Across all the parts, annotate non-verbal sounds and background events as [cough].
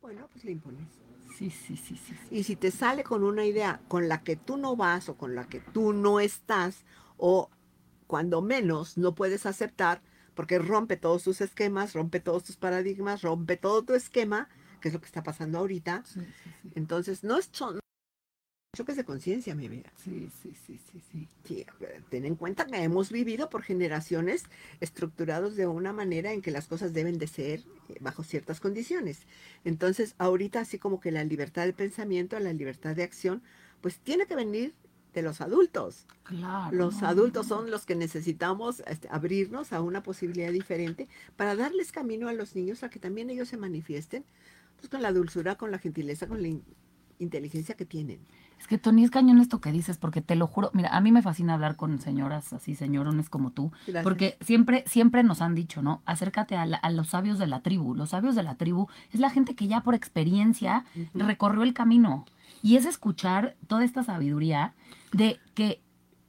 Bueno, pues le impones. Sí, sí, sí, sí. sí. Y si te sale con una idea con la que tú no vas o con la que tú no estás o cuando menos no puedes aceptar porque rompe todos tus esquemas, rompe todos tus paradigmas, rompe todo tu esquema, que es lo que está pasando ahorita. Sí, sí, sí. Entonces, no es cho- choques de conciencia, mi vida. Sí, sí, sí, sí, sí. Sí, ten en cuenta que hemos vivido por generaciones estructurados de una manera en que las cosas deben de ser eh, bajo ciertas condiciones. Entonces, ahorita así como que la libertad de pensamiento, la libertad de acción, pues tiene que venir de los adultos. Claro. Los adultos son los que necesitamos este, abrirnos a una posibilidad diferente para darles camino a los niños a que también ellos se manifiesten pues, con la dulzura, con la gentileza, con la in- inteligencia que tienen. Es que Tony, es cañón esto que dices, porque te lo juro, mira, a mí me fascina hablar con señoras así, señorones como tú, Gracias. porque siempre, siempre nos han dicho, ¿no? Acércate a, la- a los sabios de la tribu. Los sabios de la tribu es la gente que ya por experiencia Ujú. recorrió el camino. Y es escuchar toda esta sabiduría de que,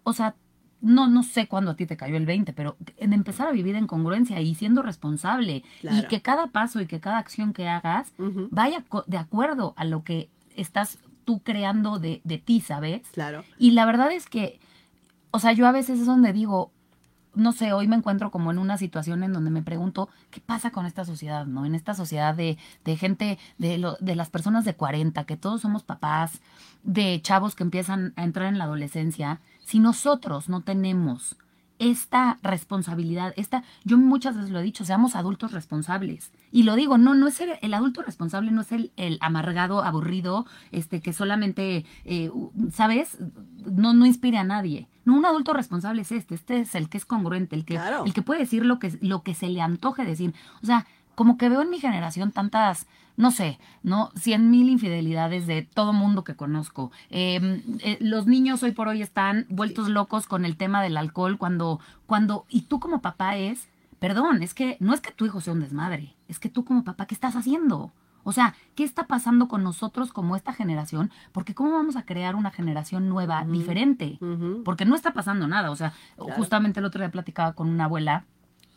o sea, no, no sé cuándo a ti te cayó el 20, pero en empezar a vivir en congruencia y siendo responsable y Claro. que cada paso y que cada acción que hagas Ujú, vaya co- de acuerdo a lo que estás tú creando de, de ti, ¿sabes? Claro. Y la verdad es que, o sea, yo a veces es donde digo, no sé, hoy me encuentro como en una situación en donde me pregunto, ¿qué pasa con esta sociedad, no? En esta sociedad de, de gente, de, lo- de las personas de 40, que todos somos papás, de chavos que empiezan a entrar en la adolescencia, si nosotros no tenemos esta responsabilidad, esta, yo muchas veces lo he dicho, seamos adultos responsables. Y lo digo, no, no es el, el adulto responsable, no es el, el amargado, aburrido, este, que solamente, eh, u- ¿sabes? No, no inspira a nadie. No, un adulto responsable es este, este es el que es congruente, el que, Claro. el que puede decir lo que, lo que se le antoje decir. O sea, como que veo en mi generación tantas, no sé, ¿no? Cien mil infidelidades de todo mundo que conozco. Eh, eh, los niños hoy por hoy están vueltos locos con el tema del alcohol cuando, cuando, y tú como papá es, perdón, es que no es que tu hijo sea un desmadre, es que tú como papá, ¿qué estás haciendo? O sea, ¿qué está pasando con nosotros como esta generación? Porque ¿cómo vamos a crear una generación nueva, Ujú. diferente? Ujú. porque no está pasando nada. O sea, Claro. justamente el otro día platicaba con una abuela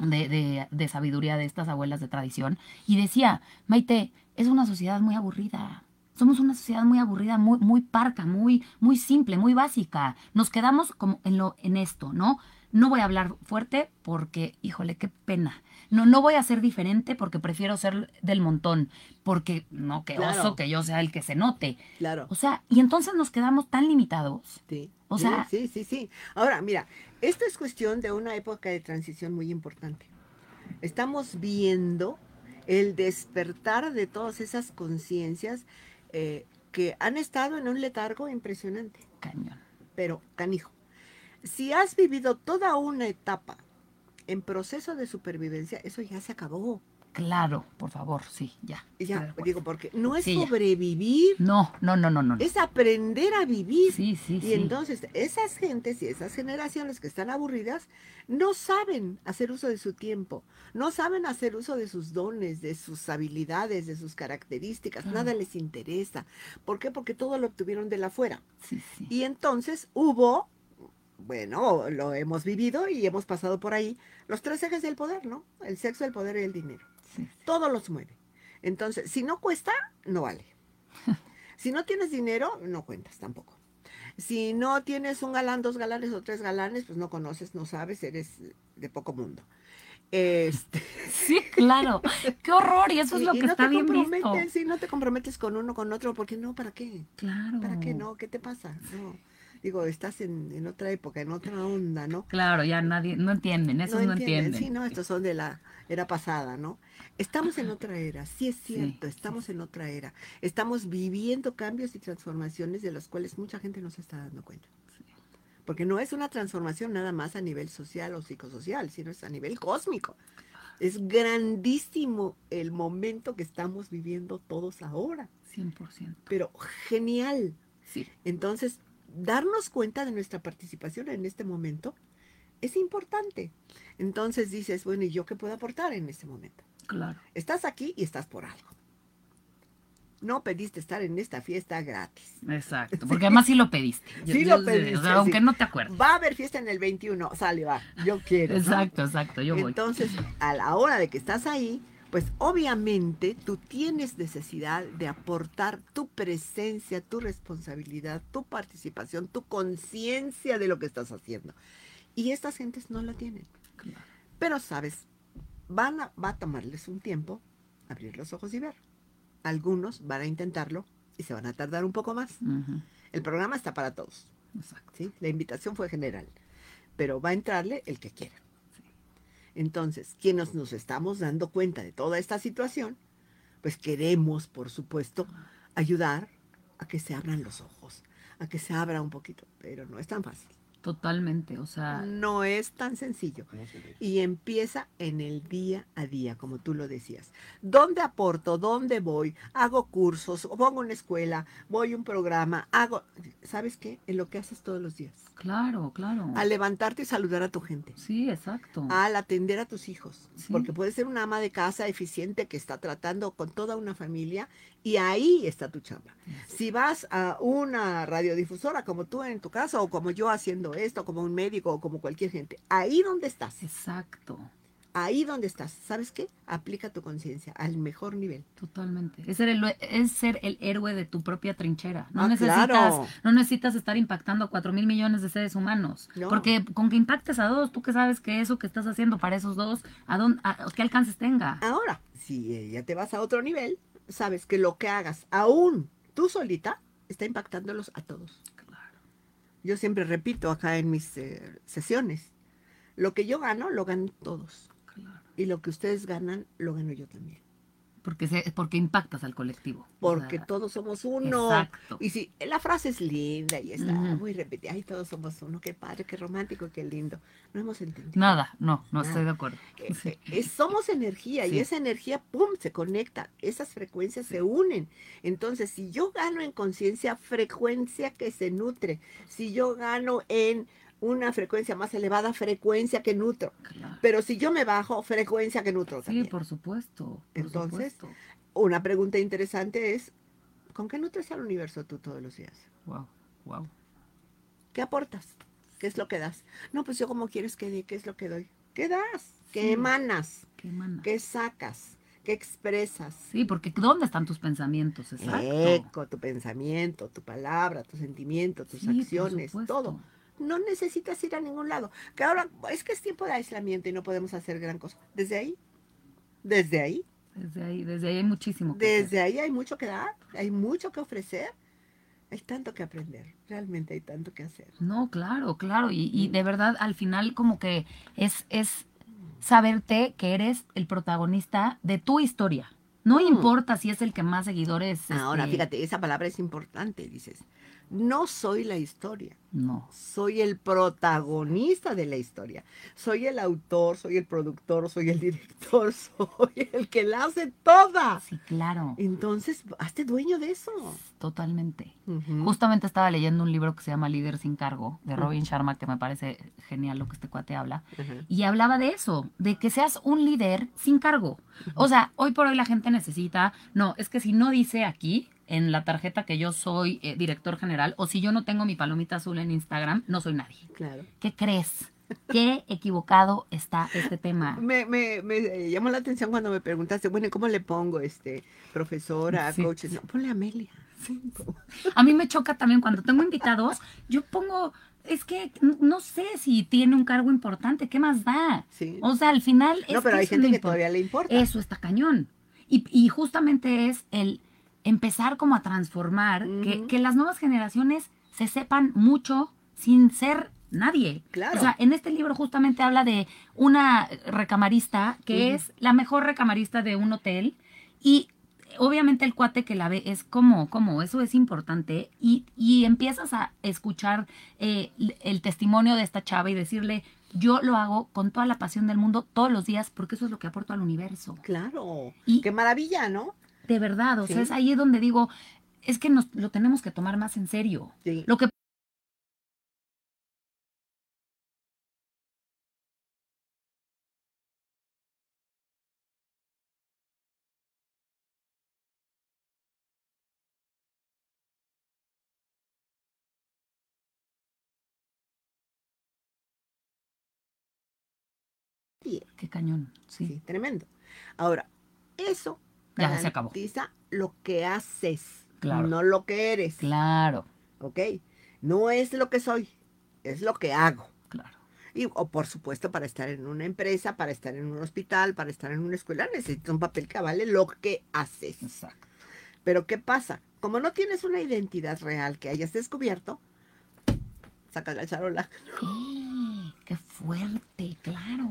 de, de- de sabiduría de estas abuelas de tradición y decía, Maite, es una sociedad muy aburrida. Somos una sociedad muy aburrida, muy, muy parca, muy, muy simple, muy básica. Nos quedamos como en, lo, en esto, ¿no? No voy a hablar fuerte porque, híjole, qué pena. No, no voy a ser diferente porque prefiero ser del montón. Porque, no, que Claro. oso que yo sea el que se note. Claro. O sea, y entonces nos quedamos tan limitados. Sí. O sí, sea- sí, sí, sí. Ahora, mira, esto es cuestión de una época de transición muy importante. Estamos viendo el despertar de todas esas conciencias eh, que han estado en un letargo impresionante, Cañón. pero canijo. Si has vivido toda una etapa en proceso de supervivencia, eso ya se acabó. Claro, por favor, sí, ya. estoy de Ya, acuerdo. digo, porque no es Sí, ya. sobrevivir, No, no, no, no, no. no. es aprender a vivir. Sí, sí, sí. Y entonces esas gentes y esas generaciones que están aburridas no saben hacer uso de su tiempo, no saben hacer uso de sus dones, de sus habilidades, de sus características, Claro. nada les interesa. ¿Por qué? Porque todo lo obtuvieron de la fuera. Sí, sí. Y entonces hubo, bueno, lo hemos vivido y hemos pasado por ahí, los tres ejes del poder, ¿no? El sexo, el poder y el dinero. sí, sí. Todo los mueve. Entonces, si no cuesta, no vale. Si no tienes dinero, no cuentas tampoco. Si no tienes un galán, dos galanes o tres galanes, pues no conoces, no sabes, eres de poco mundo. Este, Sí, claro. Qué horror, y eso es y- lo y que no está te bien visto. comprometes, sí, no te comprometes con uno, con otro, porque no, ¿para qué? Claro. ¿Para qué no? ¿Qué te pasa? No. Digo, estás en, en otra época, en otra onda, ¿no? Claro, ya nadie, no entienden, eso no, entienden. Sí, no, estos son de la era pasada, ¿no? Estamos en otra era, sí es Sí, cierto, sí, estamos en otra era. Estamos viviendo cambios y transformaciones de los cuales mucha gente no se está dando cuenta. Sí. Porque no es una transformación nada más a nivel social o psicosocial, sino es a nivel cósmico. Es grandísimo el momento que estamos viviendo todos ahora, 100%. pero genial. Sí, Entonces, darnos cuenta de nuestra participación en este momento es importante. Entonces dices, bueno, ¿y yo qué puedo aportar en este momento? claro. Estás aquí y estás por algo. No pediste estar en esta fiesta gratis. Exacto. Porque además sí lo pediste. Sí lo pediste, O sea, sí. aunque no te acuerdes. Va a haber fiesta en el 21, sale, va, yo quiero. ¿no? Exacto, exacto, yo voy. Entonces, a la hora de que estás ahí, pues obviamente tú tienes necesidad de aportar tu presencia, tu responsabilidad, tu participación, tu conciencia de lo que estás haciendo. Y estas gentes no la tienen. Pero sabes, van a, va a tomarles un tiempo abrir los ojos y ver. Algunos van a intentarlo y se van a tardar un poco más. Ujú. El programa está para todos. ¿sí? La invitación fue general, pero va a entrarle el que quiera. Entonces, quienes nos estamos dando cuenta de toda esta situación, pues queremos, por supuesto, ayudar a que se abran los ojos, a que se abra un poquito, pero no es tan fácil. Totalmente, o sea, No es tan sencillo. Y empieza en el día a día, como tú lo decías. ¿Dónde aporto? ¿Dónde voy? Hago cursos, pongo una escuela, voy a un programa, hago, ¿sabes qué? En lo que haces todos los días. claro, claro. Al levantarte y saludar a tu gente. Sí, exacto. Al atender a tus hijos. Mm. Sí. Porque puede ser una ama de casa eficiente que está tratando con toda una familia y ahí está tu chamba. Si vas a una radiodifusora como tú en tu casa o como yo haciendo esto, como un médico o como cualquier gente, ahí donde estás, Exacto, ahí donde estás, ¿sabes qué? Aplica tu conciencia al mejor nivel. totalmente. Es ser, el, es ser el héroe de tu propia trinchera. No, Ah, necesitas, claro. no necesitas estar impactando a cuatro mil millones de seres humanos. No. Porque con que impactes a dos, tú que sabes que eso que estás haciendo para esos dos, ¿a dónde, a- qué alcances tenga? Ahora, si eh, ya te vas a otro nivel, sabes que lo que hagas, aún tú solita, está impactándolos a todos. Claro. Yo siempre repito acá en mis eh, sesiones, lo que yo gano, lo ganan todos. Claro. Y lo que ustedes ganan, lo gano yo también. Porque, se, porque impactas al colectivo. O Porque sea, todos somos uno. Exacto. Y si la frase es linda y está Ujú. muy repetida, ay, todos somos uno, qué padre, qué romántico, qué lindo. No hemos entendido. Nada, no, no Nada. estoy de acuerdo. Eh, eh, es- somos energía Sí. y esa energía, ¡pum!, se conecta, esas frecuencias se unen. Entonces, si yo gano en conciencia, frecuencia que se nutre, si yo gano en una frecuencia más elevada, frecuencia que nutro, Claro. pero si yo me bajo, frecuencia que nutro. Sí, también. por supuesto. por Entonces, supuesto. Una pregunta interesante es, ¿con qué nutres al universo tú todos los días? Wow, wow. ¿Qué aportas? ¿Qué es lo que das? No, pues yo como quieres que dé, ¿qué es lo que doy? ¿Qué das? ¿Qué Sí. emanas? Qué mana. ¿Qué sacas? ¿Qué expresas? Sí, porque ¿dónde están tus pensamientos? Exacto. Eco, tu pensamiento, tu palabra, tu sentimiento, tus Sí, por acciones, supuesto. todo. No necesitas ir a ningún lado. Que ahora es que es tiempo de aislamiento y no podemos hacer gran cosa. Desde ahí, desde ahí, Desde ahí, desde ahí hay muchísimo. que hacer. desde ahí hay mucho que dar, hay mucho que ofrecer, hay tanto que aprender, realmente hay tanto que hacer. No, claro, claro. Y, y Mm. de verdad, al final como que es, es saberte que eres el protagonista de tu historia. No Mm. importa si es el que más seguidores. Ahora, este, fíjate, esa palabra es importante, dices. No soy la historia, No. soy el protagonista de la historia. Soy el autor, soy el productor, soy el director, [laughs] soy el que la hace toda. Sí, claro. Entonces, hazte dueño de eso. Totalmente. Ujú. Justamente estaba leyendo un libro que se llama Líder sin cargo, de Mm. Robin Sharma, que me parece genial lo que este cuate habla. Ajá. Y hablaba de eso, de que seas un líder sin cargo. O sea, hoy por hoy la gente necesita, no, es que si no dice aquí en la tarjeta que yo soy eh, director general o si yo no tengo mi palomita azul en Instagram, no soy nadie. Claro. ¿Qué crees? Qué equivocado está este tema. Me, me- me, eh, llamó la atención cuando me preguntaste, bueno, ¿y ¿cómo le pongo este profesora, Sí. coach? No, ponle Amelia. A mí me choca también cuando tengo invitados, yo pongo, es que n- no sé si tiene un cargo importante, ¿qué más da? Sí. O sea, al final... es no, pero hay es lo gente que impor- todavía le importa. Eso está cañón. Y, y justamente es el empezar como a transformar, Ujú. que, que las nuevas generaciones se sepan mucho sin ser nadie. Claro. O sea, en este libro justamente habla de una recamarista que Ujú. es la mejor recamarista de un hotel y obviamente el cuate que la ve es como, como, eso es importante y, y empiezas a escuchar eh, l- el testimonio de esta chava y decirle, yo lo hago con toda la pasión del mundo todos los días porque eso es lo que aporto al universo. Claro. Y- Qué maravilla, ¿no? De verdad, o sea, Sí. es ahí donde digo, es que nos lo tenemos que tomar más en serio. Sí. Lo que Qué cañón, sí. Sí, tremendo. Ahora, Eso Ya, se acabó. garantiza lo que haces, Claro. no lo que eres. Claro, ¿Ok? No es lo que soy, es lo que hago. claro. Y, o por supuesto, para estar en una empresa, para estar en un hospital, para estar en una escuela, necesitas un papel que vale lo que haces. Exacto. Pero ¿qué pasa? Como no tienes una identidad real que hayas descubierto, sacas la charola. ¡Eh! [gasps] ¡Qué fuerte! Claro.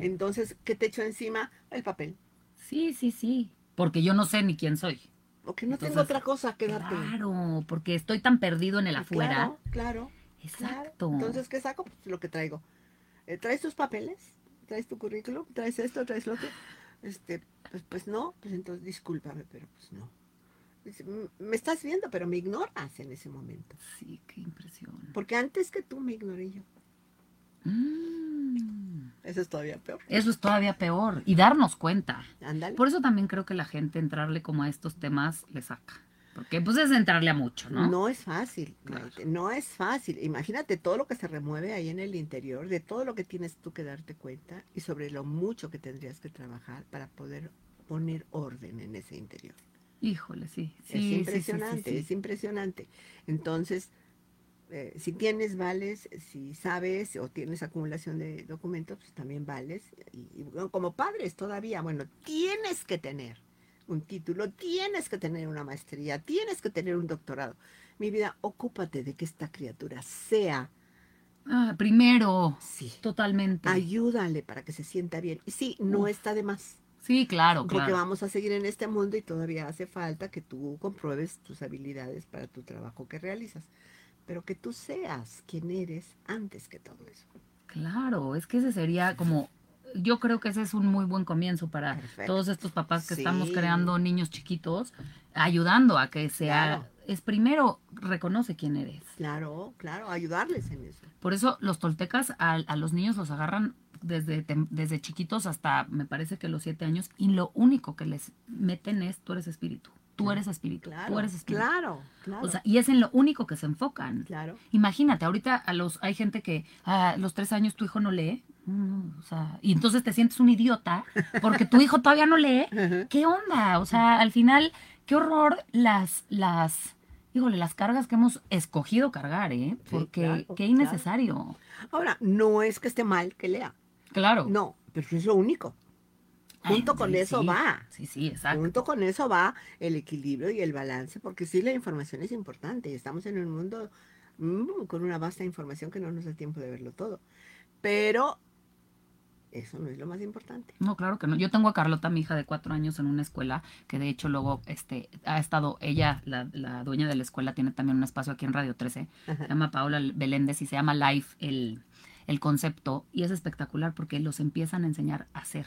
Entonces, ¿qué te echo encima? El papel. Sí, sí, sí. Porque yo no sé ni quién soy. Porque no tengo Entonces, otra cosa que darte. Claro, porque estoy tan perdido en el Y afuera. Claro, claro, claro. Exacto. Entonces, ¿qué saco? Pues lo que traigo. Eh, ¿Traes tus papeles? ¿Traes tu currículum? ¿Traes esto? ¿Traes lo otro? Este, pues, pues no, pues entonces discúlpame, pero pues no. Dice, "M- Me estás viendo, pero me ignoras en ese momento. Sí, qué impresión. Porque antes que tú me ignoré yo. Mm. Eso es todavía peor. Eso es todavía peor. Y darnos cuenta. Ándale. Por eso también creo que la gente entrarle como a estos temas le saca. Porque pues es entrarle a mucho, ¿no? ¿no? es fácil, Claro. Maite, no es fácil. Imagínate todo lo que se remueve ahí en el interior, de todo lo que tienes tú que darte cuenta y sobre lo mucho que tendrías que trabajar para poder poner orden en ese interior. Híjole, sí. sí, sí, sí, sí, es impresionante, sí. es impresionante. Entonces, eh, si tienes vales, si sabes o tienes acumulación de documentos, pues también vales. Y, y, bueno, como padres todavía, bueno, tienes que tener un título, tienes que tener una maestría, tienes que tener un doctorado. Mi vida, ocúpate de que esta criatura sea, Ah, primero, sí, totalmente. ayúdale para que se sienta bien. Y sí, no Uf. está de más. sí, claro, Porque claro. vamos a seguir en este mundo y todavía hace falta que tú compruebes tus habilidades para tu trabajo que realizas. Pero que tú seas quien eres antes que todo eso. Claro, es que ese sería como, yo creo que ese es un muy buen comienzo para Perfecto. todos estos papás que estamos Sí. creando niños chiquitos, ayudando a que sea, Claro. es primero, reconoce quién eres. Claro, claro, ayudarles en eso. Por eso los toltecas a, a los niños los agarran desde, tem- desde chiquitos hasta, me parece que los siete años, y lo único que les meten es, tú eres espíritu, tú eres espíritu, Claro, tú eres espíritu. claro, claro. O sea, y es en lo único que se enfocan. claro. Imagínate, ahorita a los, hay gente que a los tres años tu hijo no lee, mm, o sea, y entonces te sientes un idiota porque tu hijo todavía no lee. ¿Qué onda? O sea, al final, qué horror las, las, híjole, las cargas que hemos escogido cargar, ¿eh? Sí, Porque claro, qué claro. innecesario. Ahora, no es que esté mal que lea. Claro. No, pero es lo único. Ay, Junto con sí, eso sí. va. Sí, sí, exacto. Junto con eso va el equilibrio y el balance, porque sí, la información es importante y estamos en un mundo mm, con una vasta información que no nos da tiempo de verlo todo. Pero eso no es lo más importante. No, claro que no. Yo tengo a Carlota, mi hija de cuatro años, en una escuela que de hecho luego este, ha estado, ella, la, la dueña de la escuela, tiene también un espacio aquí en Radio 13. Se Ajá. llama Paola Beléndez y se llama Life el, el concepto. Y es espectacular porque los empiezan a enseñar a hacer.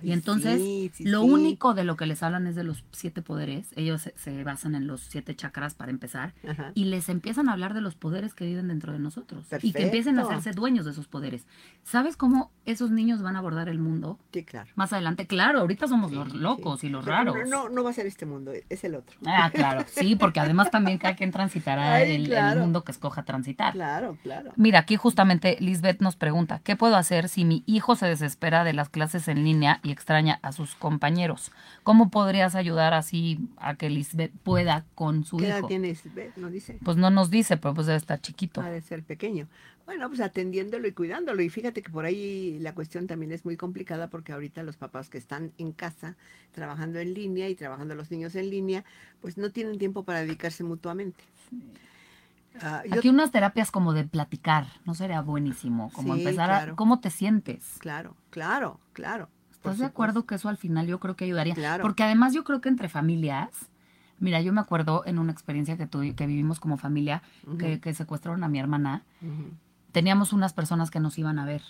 Y Ay, entonces, sí, sí, Lo sí. único de lo que les hablan es de los siete poderes. Ellos se, se basan en los siete chakras para empezar. Ajá. Y les empiezan a hablar de los poderes que viven dentro de nosotros. Y que Perfecto. empiecen a hacerse dueños de esos poderes. ¿Sabes cómo esos niños van a abordar el mundo? Sí, claro. Más adelante, claro, ahorita somos los Sí, locos y los Pero raros. No, no, no va a ser este mundo, es el otro. Ah, claro, sí, porque además también cada quien transitará Ay, el, el claro. mundo que escoja transitar. Claro, claro. Mira, aquí justamente Lisbeth nos pregunta, ¿qué puedo hacer si mi hijo se desespera de las clases en línea y extraña a sus compañeros? ¿Cómo podrías ayudar así a que Lisbeth pueda con su ¿Qué edad hijo? tienes? Ve, No dice. Pues no nos dice, pero pues debe estar chiquito. Ha de ser pequeño. Bueno, pues atendiéndolo y cuidándolo. Y fíjate que por ahí la cuestión también es muy complicada porque ahorita los papás que están en casa trabajando en línea y trabajando los niños en línea, pues no tienen tiempo para dedicarse mutuamente. Ah, yo- Aquí unas terapias como de platicar, ¿no sería buenísimo? Como Sí, empezar a... claro. ¿Cómo te sientes? Claro, claro, claro. por ¿Estás de acuerdo que eso al final yo creo que ayudaría? Claro. Porque además yo creo que entre familias, mira, yo me acuerdo en una experiencia que tuve, que vivimos como familia, supuesto. que, que secuestraron a mi hermana, Ujú, ujú. teníamos unas personas que nos iban a ver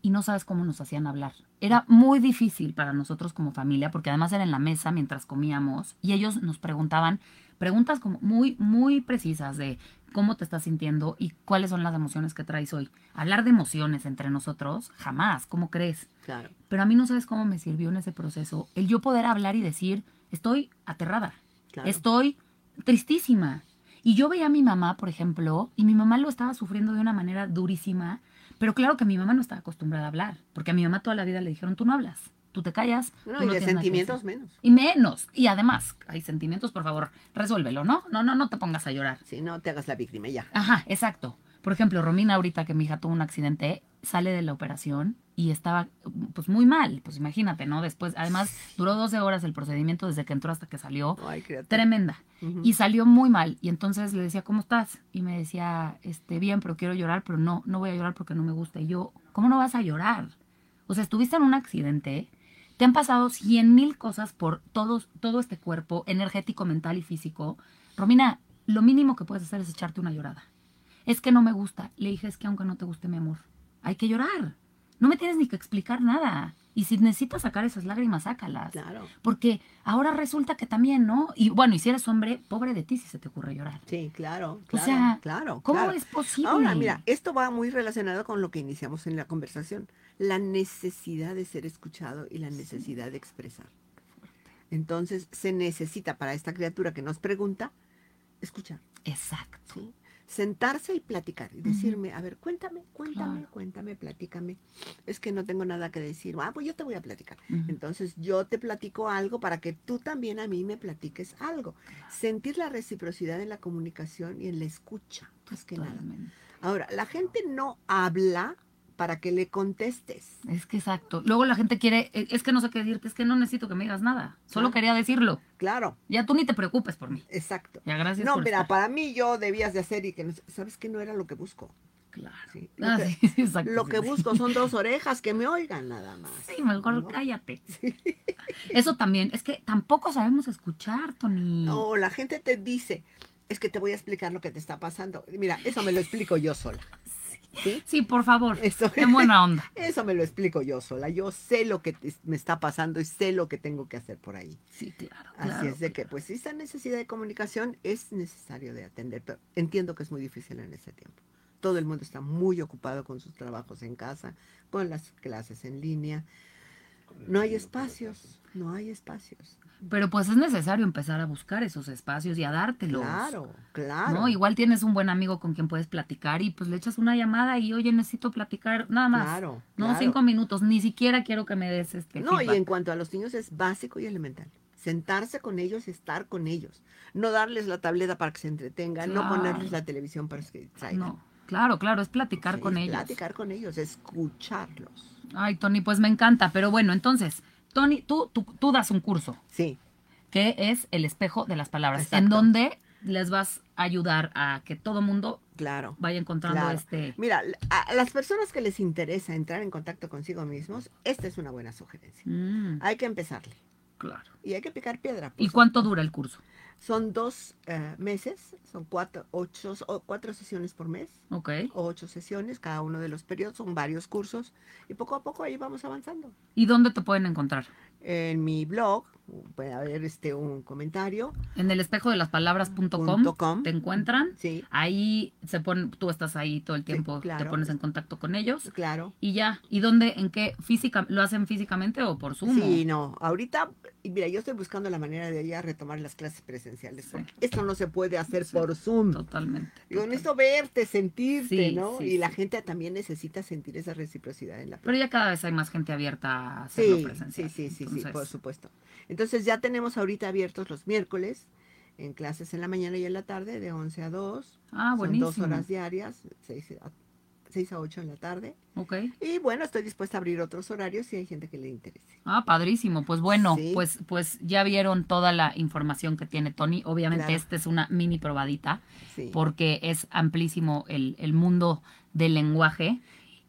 y no sabes cómo nos hacían hablar. Era muy difícil para nosotros como familia, porque además era en la mesa mientras comíamos y ellos nos preguntaban preguntas como muy, muy precisas de cómo te estás sintiendo y cuáles son las emociones que traes hoy. Hablar de emociones entre nosotros, jamás, ¿cómo crees? Claro, Pero a mí no sabes cómo me sirvió en ese proceso el yo poder hablar y decir, estoy aterrada, claro. estoy tristísima. Y yo veía a mi mamá, por ejemplo, y mi mamá lo estaba sufriendo de una manera durísima, pero claro que mi mamá no estaba acostumbrada a hablar, porque a mi mamá toda la vida le dijeron, tú no hablas. tú te callas. No, tú y de tienes nada que sentimientos decir. menos. Y menos. Y además, hay sentimientos, por favor, resuélvelo, ¿no? No, no, no te pongas a llorar. Si no, te hagas la víctima y ya. Ajá, exacto. Por ejemplo, Romina ahorita que mi hija tuvo un accidente, sale de la operación y estaba pues muy mal, pues imagínate, ¿no? Después, además, duró 12 horas el procedimiento desde que entró hasta que salió, Ay, créate. tremenda. Ujú. Y salió muy mal y entonces le decía, "¿Cómo estás?" Y me decía, "Este, bien, pero quiero llorar, pero no no voy a llorar porque no me gusta." Y yo, "¿Cómo no vas a llorar?" O sea, estuviste en un accidente, te han pasado cien mil cosas por todos, todo este cuerpo energético, mental y físico. Romina, lo mínimo que puedes hacer es echarte una llorada. Es que no me gusta. Le dije, es que aunque no te guste mi amor, hay que llorar. No me tienes ni que explicar nada. Y si necesitas sacar esas lágrimas, sácalas. Claro. Porque ahora resulta que también, ¿no? Y bueno, y si eres hombre, pobre de ti si se te ocurre llorar. Sí, claro, O claro, sea, claro. ¿Cómo claro. es posible? Ahora, mira, esto va muy relacionado con lo que iniciamos en la conversación, la necesidad de ser escuchado y la necesidad de expresar. Entonces, se necesita para esta criatura que nos pregunta escuchar, Exacto. ¿sí? Sentarse y platicar y decirme, a ver, cuéntame, cuéntame, Claro. cuéntame, platícame. Es que no tengo nada que decir. Ah, pues yo te voy a platicar. Ujú. Entonces yo te platico algo para que tú también a mí me platiques algo. Sentir la reciprocidad en la comunicación y en la escucha, más que nada. Totalmente. Ahora, la gente no habla para que le contestes. Es que exacto. Luego la gente quiere, "Eh, es que no sé qué decirte, es que no necesito que me digas nada. Solo Claro. quería decirlo. Claro, Ya tú ni te preocupes por mí. exacto. Ya gracias No, por mira, estar. para mí yo debías de hacer y que no, sabes que no era lo que busco. Claro. Sí, lo, Ah, que, sí, sí, exacto, lo sí, que sí. busco [laughs] son dos orejas que me oigan nada más. Sí, mejor ¿no? cállate. Eso también, es que tampoco sabemos escuchar, Tony. O la gente te dice, es que te voy a explicar lo que te está pasando. Mira, eso me lo explico yo sola. ¿Sí? Sí, por favor. Eso. Qué buena onda. [laughs] Eso me lo explico yo sola. Yo sé lo que te- me está pasando y sé lo que tengo que hacer por ahí. Sí, claro. Así claro, es de que, pues, esa necesidad de comunicación es necesario de atender, pero entiendo que es muy difícil en este tiempo. Todo el mundo está muy ocupado con sus trabajos en casa, con las clases en línea. No hay espacios, no hay espacios. Pero pues es necesario empezar a buscar esos espacios y a dártelos. Claro, claro. ¿no? Igual tienes un buen amigo con quien puedes platicar y pues le echas una llamada y oye, necesito platicar nada más. Claro, No, claro. cinco minutos, ni siquiera quiero que me des este. No, y feedback. en cuanto a los niños es básico y elemental. Sentarse con ellos y estar con ellos. No darles la tableta para que se entretengan, no Claro. ponerles la televisión para que se distraigan. No, claro, claro, es platicar Sí, con ellos. Platicar con ellos, escucharlos. Ay, Tony, pues me encanta. Pero bueno, entonces, Tony, tú, tú, tú das un curso Sí, que es el espejo de las palabras, en Exacto. donde les vas a ayudar a que todo mundo claro. vaya encontrando Claro. este. Mira, a las personas que les interesa entrar en contacto consigo mismos, esta es una buena sugerencia. Mm, Hay que empezarle claro. y hay que picar piedra. por ¿Y cuánto dura el curso? supuesto. Son dos eh, meses, son cuatro, ocho, o cuatro sesiones por mes. Ok. o ocho sesiones, cada uno de los periodos, son varios cursos y poco a poco ahí vamos avanzando. ¿Y dónde te pueden encontrar? En mi blog puede haber este un comentario, En el espejo de las Punto com. te encuentran. sí, Ahí se ponen, tú estás ahí todo el tiempo, te claro. pones en contacto con ellos claro. y ya. ¿Y dónde, en qué física, lo hacen físicamente o por Zoom? Sí, no, ahorita, y mira, yo estoy buscando la manera de ya retomar las clases presenciales, Sí. porque esto no se puede hacer Sí. por Zoom. Totalmente. Yo total. necesito verte, sentirte, Sí, ¿no? sí, y la sí. gente también necesita sentir esa reciprocidad en la Pero ya cada vez hay más gente abierta a hacerlo Sí, sí, presencial. sí, sí, sí, Entonces, por supuesto. Entonces ya tenemos ahorita abiertos los miércoles en clases en la mañana y en la tarde de 11 a 2. Ah, Son buenísimo. dos horas diarias, 6 a, 6 a 8 en la tarde. Ok. Y bueno, estoy dispuesta a abrir otros horarios si hay gente que le interese. Ah, padrísimo. Pues bueno, Sí. pues, pues ya vieron toda la información que tiene Tony. Obviamente Claro. esta es una mini probadita Sí. porque es amplísimo el, el mundo del lenguaje.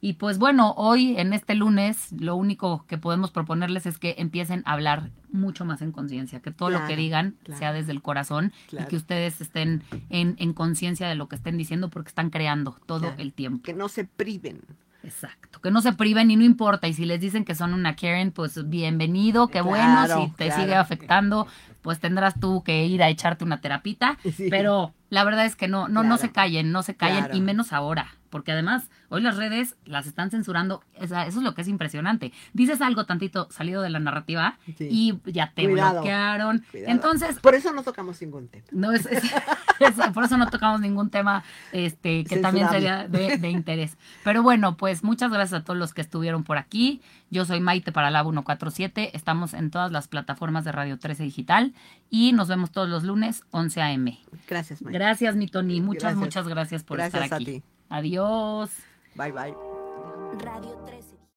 Y pues bueno, hoy en este lunes lo único que podemos proponerles es que empiecen a hablar mucho más en conciencia, que todo lo que Claro, digan claro. sea desde el corazón y Claro. que ustedes estén en, en conciencia de lo que estén diciendo porque están creando todo Claro. el tiempo. Que no se priven. Exacto, que no se priven y no importa. Y si les dicen que son una Karen, pues bienvenido, qué bueno. Claro, Si te claro. sigue afectando, pues tendrás tú que ir a echarte una terapita. [laughs] Sí. Pero la verdad es que no, no, no Claro. se callen, no se callen Claro. y menos ahora. Porque además, hoy las redes las están censurando. o sea, eso es lo que es impresionante. Dices algo tantito salido de la narrativa Sí. y ya te Cuidado. bloquearon. Cuidado. Entonces, Por eso no tocamos ningún tema. no es, [laughs] es- es- por eso no tocamos ningún tema este que también Censurable. sería de, de interés. Pero bueno, pues muchas gracias a todos los que estuvieron por aquí. Yo soy Maite para Lab 147. Estamos en todas las plataformas de Radio 13 Digital y nos vemos todos los lunes 11 a.m. Gracias, Maite. Gracias, mi Tony. Muchas, Gracias. muchas gracias por Gracias estar a aquí. ti. Adiós. Bye, bye. Radio 13.